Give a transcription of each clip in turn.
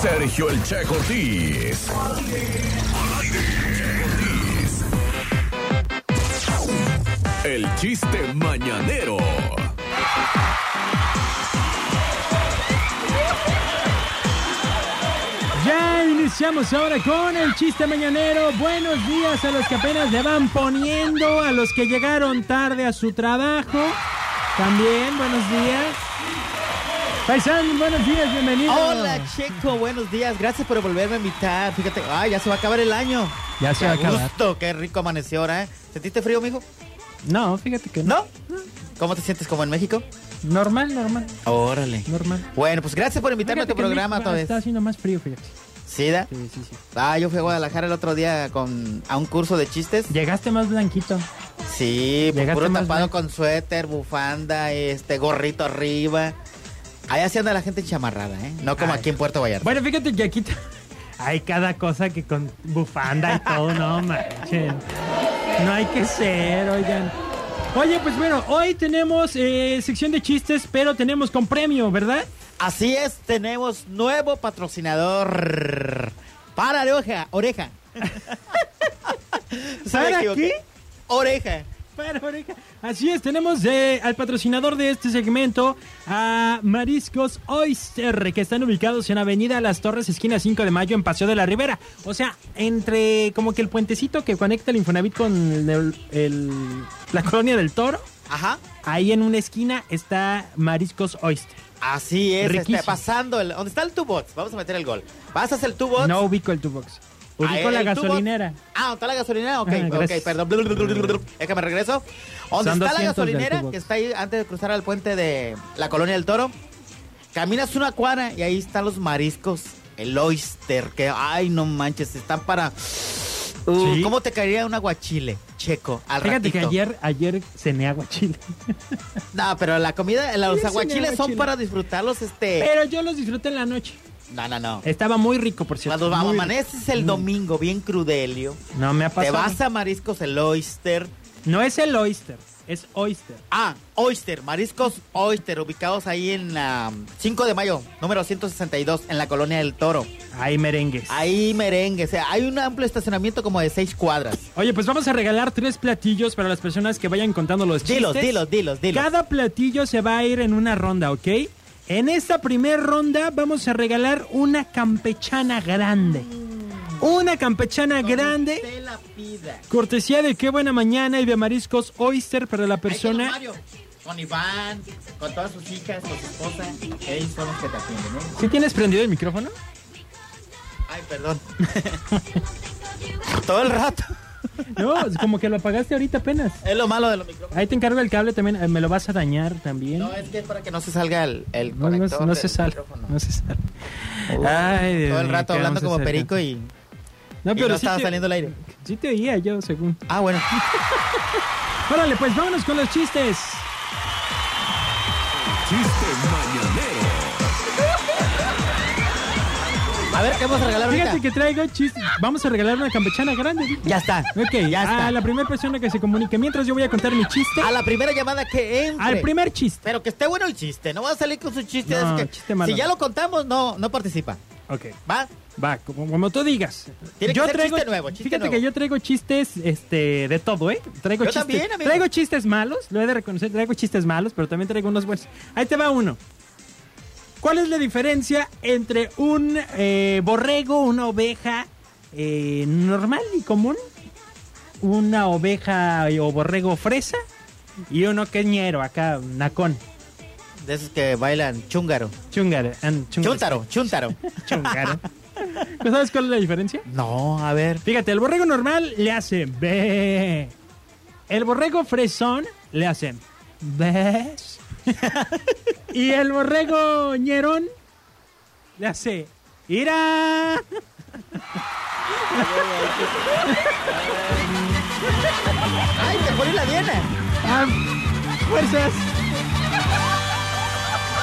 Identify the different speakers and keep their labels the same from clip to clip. Speaker 1: Sergio el Checo Ortiz. El chiste mañanero.
Speaker 2: Ya iniciamos ahora con el chiste mañanero. Buenos días a los que apenas le van poniendo, a los que llegaron tarde a su trabajo. También, buenos días. Paisán, buenos días, bienvenido.
Speaker 3: Hola Checo, buenos días, gracias por volverme a invitar. Fíjate, ay, ya se va a acabar el año.
Speaker 2: Ya se
Speaker 3: Qué
Speaker 2: va a acabar.
Speaker 3: gusto, qué rico amaneció ahora, ¿eh? ¿Sentiste frío, mijo?
Speaker 2: No, fíjate que no.
Speaker 3: ¿No? ¿Cómo te sientes como en México?
Speaker 2: Normal, normal,
Speaker 3: Órale.
Speaker 2: normal.
Speaker 3: Bueno, pues gracias por invitarme
Speaker 2: Fíjate
Speaker 3: a tu
Speaker 2: que en
Speaker 3: programa
Speaker 2: México
Speaker 3: otra vez.
Speaker 2: Está haciendo más frío, fíjate.
Speaker 3: ¿Sí, da?
Speaker 2: Sí, sí, sí.
Speaker 3: Ah, yo fui a Guadalajara el otro día con, a un curso de chistes.
Speaker 2: Llegaste más blanquito.
Speaker 3: Sí, pues,
Speaker 2: Llegaste
Speaker 3: puro
Speaker 2: más
Speaker 3: tapado
Speaker 2: blanco.
Speaker 3: con suéter, bufanda, este gorrito arriba. Allá se anda la gente chamarrada, ¿eh? No como
Speaker 2: Ay.
Speaker 3: aquí en Puerto Vallarta.
Speaker 2: Bueno, fíjate que aquí t- hay cada cosa que con bufanda y todo, no manchen. No hay que ser, oigan. Oye, pues bueno, hoy tenemos eh, sección de chistes, pero tenemos con premio, ¿verdad?
Speaker 3: Así es, tenemos nuevo patrocinador. Para de oreja, oreja. Se me
Speaker 2: ¿Para
Speaker 3: equivoqué.
Speaker 2: qué?
Speaker 3: Oreja.
Speaker 2: Para oreja. Así es, tenemos eh, al patrocinador de este segmento, a Mariscos Oyster, que están ubicados en Avenida Las Torres, esquina 5 de Mayo, en Paseo de la Ribera. O sea, entre como que el puentecito que conecta el Infonavit con el- el- la colonia del Toro.
Speaker 3: Ajá.
Speaker 2: Ahí en una esquina está Mariscos Oyster.
Speaker 3: Así es, este,
Speaker 2: Riquísimo.
Speaker 3: pasando el, ¿Dónde está el Tubox? Vamos a meter el gol. Pasas el Tubox.
Speaker 2: No ubico el Tubox. Ubico
Speaker 3: Ah,
Speaker 2: la
Speaker 3: el Tubox.
Speaker 2: gasolinera.
Speaker 3: Ah, ¿dónde está la gasolinera? Ok,
Speaker 2: Ah,
Speaker 3: ok,
Speaker 2: gracias.
Speaker 3: perdón. Es que me regreso. ¿Dónde
Speaker 2: Son
Speaker 3: está la
Speaker 2: 200 del
Speaker 3: gasolinera?
Speaker 2: Tubox.
Speaker 3: Que está ahí antes de cruzar al puente de la Colonia del Toro. Caminas una cuadra y ahí están los mariscos. El oyster, que, ay, no manches, están para... Uh,
Speaker 2: Sí.
Speaker 3: ¿Cómo te caería un aguachile, checo? Al
Speaker 2: Fíjate que
Speaker 3: ratito?
Speaker 2: ayer, ayer cené aguachile.
Speaker 3: No, pero la comida,
Speaker 2: Sí,
Speaker 3: los
Speaker 2: sí,
Speaker 3: aguachiles son
Speaker 2: aguachile.
Speaker 3: para disfrutarlos, este...
Speaker 2: Pero yo los disfruté en la noche.
Speaker 3: No, no, no.
Speaker 2: Estaba muy rico, por cierto.
Speaker 3: Cuando vamos,
Speaker 2: Eh, muy
Speaker 3: amaneces el
Speaker 2: Mm.
Speaker 3: domingo bien crudelio,
Speaker 2: rico. No me ha
Speaker 3: te
Speaker 2: pasado.
Speaker 3: vas a mariscos el oyster...
Speaker 2: No es el oyster, es oyster.
Speaker 3: Ah, Oyster, Mariscos Oyster, ubicados ahí en la 5 de mayo, número 162, en la colonia del Toro.
Speaker 2: Hay merengues.
Speaker 3: Ahí merengue, o sea, hay un amplio estacionamiento como de seis cuadras.
Speaker 2: Oye, pues vamos a regalar tres platillos para las personas que vayan contando los chistes.
Speaker 3: Dilos, dilos, dilos, dilos.
Speaker 2: Cada platillo se va a ir en una ronda, ¿ok? En esta primera ronda vamos a regalar una campechana grande. Una campechana grande.
Speaker 3: Te la pida.
Speaker 2: Cortesía de Qué Buena Mañana y de Mariscos Oyster para la
Speaker 3: Ahí
Speaker 2: persona.
Speaker 3: con Mario, Con Iván, con todas sus hijas, con su esposa, ellos son los que te atienden, ¿eh?
Speaker 2: ¿Sí tienes prendido el micrófono?
Speaker 3: Ay, perdón. Todo el rato.
Speaker 2: No, es como que lo apagaste ahorita apenas.
Speaker 3: Es lo malo de los micrófonos.
Speaker 2: Ahí te encargo el cable también. eh, Me lo vas a dañar también.
Speaker 3: No, es que es para que no se salga el, el
Speaker 2: No, no,
Speaker 3: conector
Speaker 2: no
Speaker 3: del
Speaker 2: se sale.
Speaker 3: micrófono.
Speaker 2: No se sale.
Speaker 3: Uy,
Speaker 2: Ay, Dios
Speaker 3: todo el
Speaker 2: mío,
Speaker 3: rato
Speaker 2: ¿qué
Speaker 3: hablando
Speaker 2: vamos a
Speaker 3: como
Speaker 2: hacer?
Speaker 3: perico y,
Speaker 2: No,
Speaker 3: y
Speaker 2: pero
Speaker 3: no
Speaker 2: sí
Speaker 3: estaba
Speaker 2: te-
Speaker 3: saliendo el aire.
Speaker 2: Sí te oía yo, según.
Speaker 3: Ah, bueno.
Speaker 2: Órale, pues vámonos con los chistes.
Speaker 1: Chiste mañanero.
Speaker 3: A ver, ¿qué vamos a regalar
Speaker 2: Fíjate
Speaker 3: ahorita?
Speaker 2: que traigo chistes. Vamos a regalar una campechana grande.
Speaker 3: Ya está.
Speaker 2: Ok,
Speaker 3: ya está.
Speaker 2: a la primera persona que se comunique. Mientras yo voy a contar mi chiste.
Speaker 3: A la primera llamada que entre.
Speaker 2: Al primer chiste.
Speaker 3: Pero que esté bueno el chiste. No va a salir con su chiste.
Speaker 2: No,
Speaker 3: es que
Speaker 2: chiste malo.
Speaker 3: Si ya lo contamos, no, no participa.
Speaker 2: Ok.
Speaker 3: ¿Va?
Speaker 2: Va, como, como tú digas.
Speaker 3: Tiene que ser chiste nuevo, chiste
Speaker 2: fíjate
Speaker 3: nuevo.
Speaker 2: que yo traigo chistes este, de todo, ¿eh? Traigo
Speaker 3: Yo
Speaker 2: chistes.
Speaker 3: también, amigo.
Speaker 2: Traigo chistes malos, lo he de reconocer. Traigo chistes malos, pero también traigo unos buenos. Ahí te va uno. ¿Cuál es la diferencia entre un eh, borrego, una oveja eh, normal y común, una oveja eh, o borrego fresa y uno que es ñero, acá, nacón?
Speaker 3: De esos que bailan chungaro.
Speaker 2: Chungare, and chungare.
Speaker 3: Chuntaro, chuntaro.
Speaker 2: Chungare. ¿No sabes cuál es la diferencia?
Speaker 3: No, a ver.
Speaker 2: Fíjate, el borrego normal le hace ve. El borrego fresón le hace ves. y el borrego ñerón le hace irá.
Speaker 3: ¡Ay, te pone la diana!
Speaker 2: Ah, fuerzas.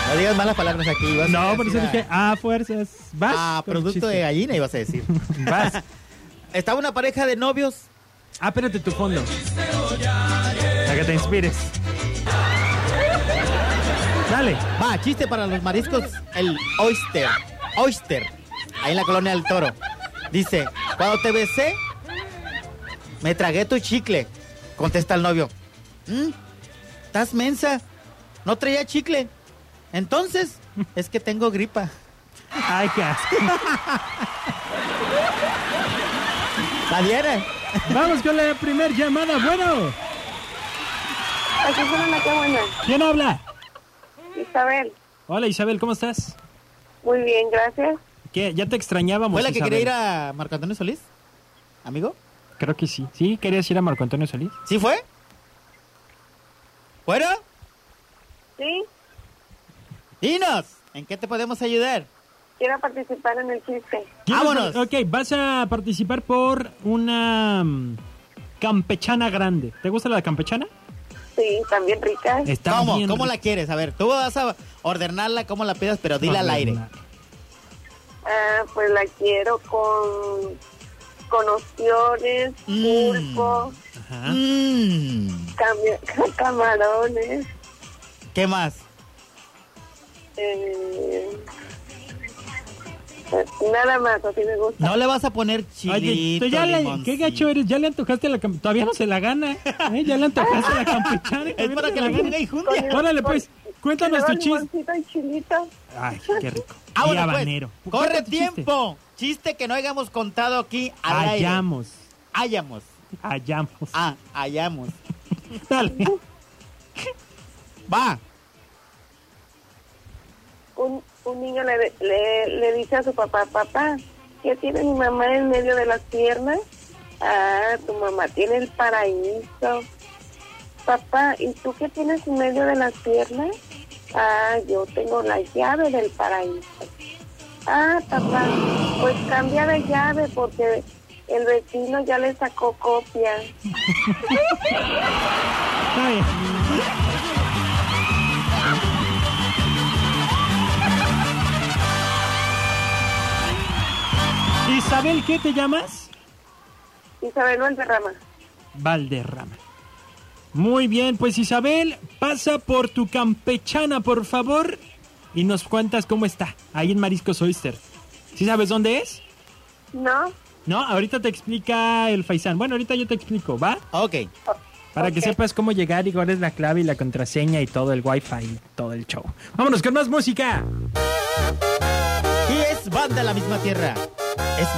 Speaker 3: No digas malas palabras aquí. vas a
Speaker 2: No,
Speaker 3: decir
Speaker 2: por eso
Speaker 3: a-
Speaker 2: dije, ah, fuerzas. Vas.
Speaker 3: A
Speaker 2: con el
Speaker 3: Ah, producto de
Speaker 2: chiste.
Speaker 3: gallina ibas a decir.
Speaker 2: Vas.
Speaker 3: Estaba una pareja de novios.
Speaker 2: Ah, espérate tu fondo. Para que te inspires. Dale.
Speaker 3: Va, chiste para los mariscos. El oyster. Oyster. ahí en la colonia del toro. Dice, cuando te besé, me tragué tu chicle. Contesta el novio. "Mm, Estás mensa. No traía chicle. Entonces, es que tengo gripa.
Speaker 2: Ay, qué asco.
Speaker 3: La diera.
Speaker 2: Vamos con la primer llamada. Bueno,
Speaker 4: Aquí suena la que buena.
Speaker 2: ¿quién habla?
Speaker 4: Isabel,
Speaker 2: Hola Isabel, ¿cómo estás?
Speaker 4: muy bien, gracias.
Speaker 2: ¿Qué? Ya te extrañábamos.
Speaker 3: ¿Fue la que
Speaker 2: Isabel.
Speaker 3: quería ir a Marco Antonio Solís? ¿Amigo?
Speaker 2: Creo que sí. ¿Sí? ¿Querías ir a Marco Antonio Solís?
Speaker 3: ¿Sí fue? ¿Fuera?
Speaker 4: Sí,
Speaker 3: Dinos, ¿en qué te podemos ayudar?
Speaker 4: quiero participar en el chiste.
Speaker 2: ¿Quieres-
Speaker 3: ¡Vámonos!
Speaker 2: Ok, vas a participar por una mm, campechana grande. ¿Te gusta la campechana?
Speaker 4: Sí, también rica.
Speaker 2: Está
Speaker 3: ¿Cómo?
Speaker 2: bien
Speaker 3: ¿Cómo
Speaker 2: rica.
Speaker 3: la quieres? A ver, tú vas a ordenarla como la pidas, pero dile al aire.
Speaker 4: Ah, pues la quiero con, con ostiones,
Speaker 3: Mm.
Speaker 4: pulpo,
Speaker 2: Ajá.
Speaker 3: Mmm,
Speaker 4: cami- camarones.
Speaker 3: ¿Qué más?
Speaker 4: eh, nada más, así me gusta.
Speaker 3: No le vas a poner
Speaker 2: Oye,
Speaker 3: chilito,
Speaker 2: tú ya le,
Speaker 3: limoncito.
Speaker 2: qué gacho eres, ya le antojaste la campechana, todavía no se la gana, ¿eh? ya le antojaste la campechana.
Speaker 3: Es
Speaker 2: todavía no
Speaker 3: para
Speaker 2: se
Speaker 3: que la
Speaker 2: gana.
Speaker 3: venga y junte.
Speaker 2: Órale, pues, cuéntanos
Speaker 4: Luego
Speaker 2: tu chiste.
Speaker 4: limoncito y chilito.
Speaker 2: Ay, qué rico.
Speaker 3: Ah,
Speaker 2: y
Speaker 3: bueno, pues,
Speaker 2: habanero.
Speaker 3: corre
Speaker 2: Cuéntate tu chiste.
Speaker 3: tiempo. Chiste. que no hayamos contado aquí al aire.
Speaker 2: Hallamos,
Speaker 3: Hayamos.
Speaker 2: hallamos.
Speaker 3: Ah, hayamos.
Speaker 2: Dale.
Speaker 3: Va.
Speaker 4: un, un niño le, le, le dice a su papá, papá, ¿qué tiene mi mamá en medio de las piernas? Ah, tu mamá tiene el paraíso. Papá, ¿y tú qué tienes en medio de las piernas? Ah, yo tengo la llave del paraíso. Ah, papá, pues cambia de llave porque el vecino ya le sacó copia.
Speaker 2: Está bien. Isabel, ¿qué te llamas?
Speaker 4: Isabel Valderrama.
Speaker 2: Valderrama. Muy bien, pues Isabel, pasa por tu campechana, por favor, y nos cuentas cómo está, ahí en Mariscos Oyster. ¿Sí sabes dónde es?
Speaker 4: ¿No?
Speaker 2: No, ahorita te explica el Faisán. Bueno, ahorita yo te explico, ¿va?
Speaker 3: Ok.
Speaker 2: Para que
Speaker 4: Ok.
Speaker 2: sepas cómo llegar y cuál es la clave y la contraseña y todo el wifi y todo el show. Vámonos con más música.
Speaker 3: Y es banda la misma tierra. Es